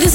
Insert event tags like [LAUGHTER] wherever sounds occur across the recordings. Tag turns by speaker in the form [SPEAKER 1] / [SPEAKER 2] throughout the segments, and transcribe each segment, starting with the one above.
[SPEAKER 1] this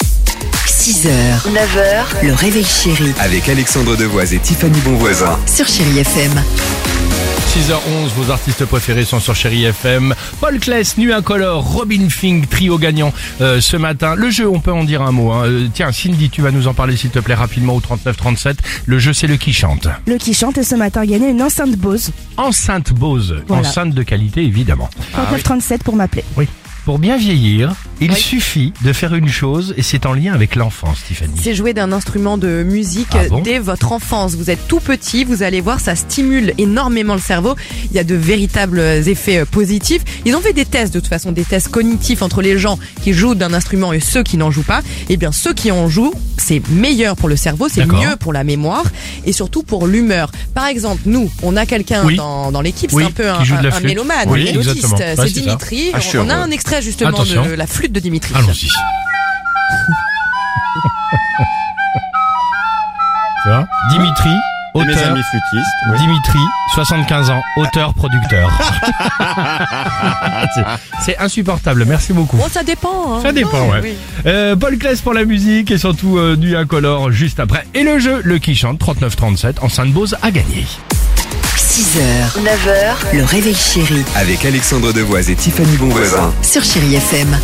[SPEAKER 2] 6h, 9h, le réveil chéri
[SPEAKER 3] avec Alexandre Devoise et Tiffany Bonvoisin.
[SPEAKER 2] sur Chérie FM.
[SPEAKER 4] 6h11, vos artistes préférés sont sur Chéri FM. Paul Kless, Nu Incolore, Robin Fink, trio gagnant euh, ce matin. Le jeu, on peut en dire un mot. hein. Euh, tiens, Cindy, tu vas nous en parler s'il te plaît rapidement au 39-37. Le jeu, c'est le qui chante.
[SPEAKER 5] Le qui chante ce matin gagnait une enceinte Bose.
[SPEAKER 4] Enceinte Bose,
[SPEAKER 5] Voilà.
[SPEAKER 4] enceinte de qualité évidemment.
[SPEAKER 5] 3937 pour m'appeler.
[SPEAKER 4] Oui. Pour bien vieillir, il suffit de faire une chose et c'est en lien avec l'enfance, Tiffany.
[SPEAKER 6] C'est jouer d'un instrument de musique
[SPEAKER 4] Ah bon
[SPEAKER 6] dès votre enfance. Vous êtes tout petit, vous allez voir, ça stimule énormément le cerveau. Il y a de véritables effets euh, positifs. Ils ont fait des tests, de toute façon, des tests cognitifs entre les gens qui jouent d'un instrument et ceux qui n'en jouent pas. Eh bien, ceux qui en jouent, c'est meilleur pour le cerveau, c'est
[SPEAKER 4] D'accord.
[SPEAKER 6] mieux pour la mémoire et surtout pour l'humeur. Par exemple, nous, on a quelqu'un
[SPEAKER 4] Oui.
[SPEAKER 6] dans, dans l'équipe,
[SPEAKER 4] Oui,
[SPEAKER 6] c'est un peu un,
[SPEAKER 4] qui joue de la
[SPEAKER 6] un
[SPEAKER 4] flûte.
[SPEAKER 6] mélomane,
[SPEAKER 4] Oui,
[SPEAKER 6] un mélodiste.
[SPEAKER 4] exactement. Ouais,
[SPEAKER 6] C'est
[SPEAKER 4] c'est ça.
[SPEAKER 6] Dimitri.
[SPEAKER 4] Ah,
[SPEAKER 6] on
[SPEAKER 4] sûr,
[SPEAKER 6] a
[SPEAKER 4] ouais.
[SPEAKER 6] un extrait justement
[SPEAKER 4] Attention.
[SPEAKER 6] de la flûte de
[SPEAKER 4] [LAUGHS]
[SPEAKER 6] Dimitri.
[SPEAKER 4] Allons-y. tu vois Dimitri,
[SPEAKER 7] Et mes
[SPEAKER 4] auteur.
[SPEAKER 7] amis flûtistes. oui.
[SPEAKER 4] Dimitri, 75 ans,
[SPEAKER 7] [LAUGHS]
[SPEAKER 4] auteur, producteur. C'est- C'est insupportable, merci beaucoup.
[SPEAKER 6] Bon, ça dépend. hein.
[SPEAKER 4] Ça dépend, ouais.
[SPEAKER 6] oui.
[SPEAKER 4] Euh, Paul Claes pour la musique et surtout euh, du incolore juste après. Et le jeu, le qui chante, 39-37, en Sainte-Bose, a gagné.
[SPEAKER 2] 6h, 9h, le réveil chéri
[SPEAKER 3] Avec Alexandre Devoise et Tiffany Bonvoisin.
[SPEAKER 2] sur Chérie FM.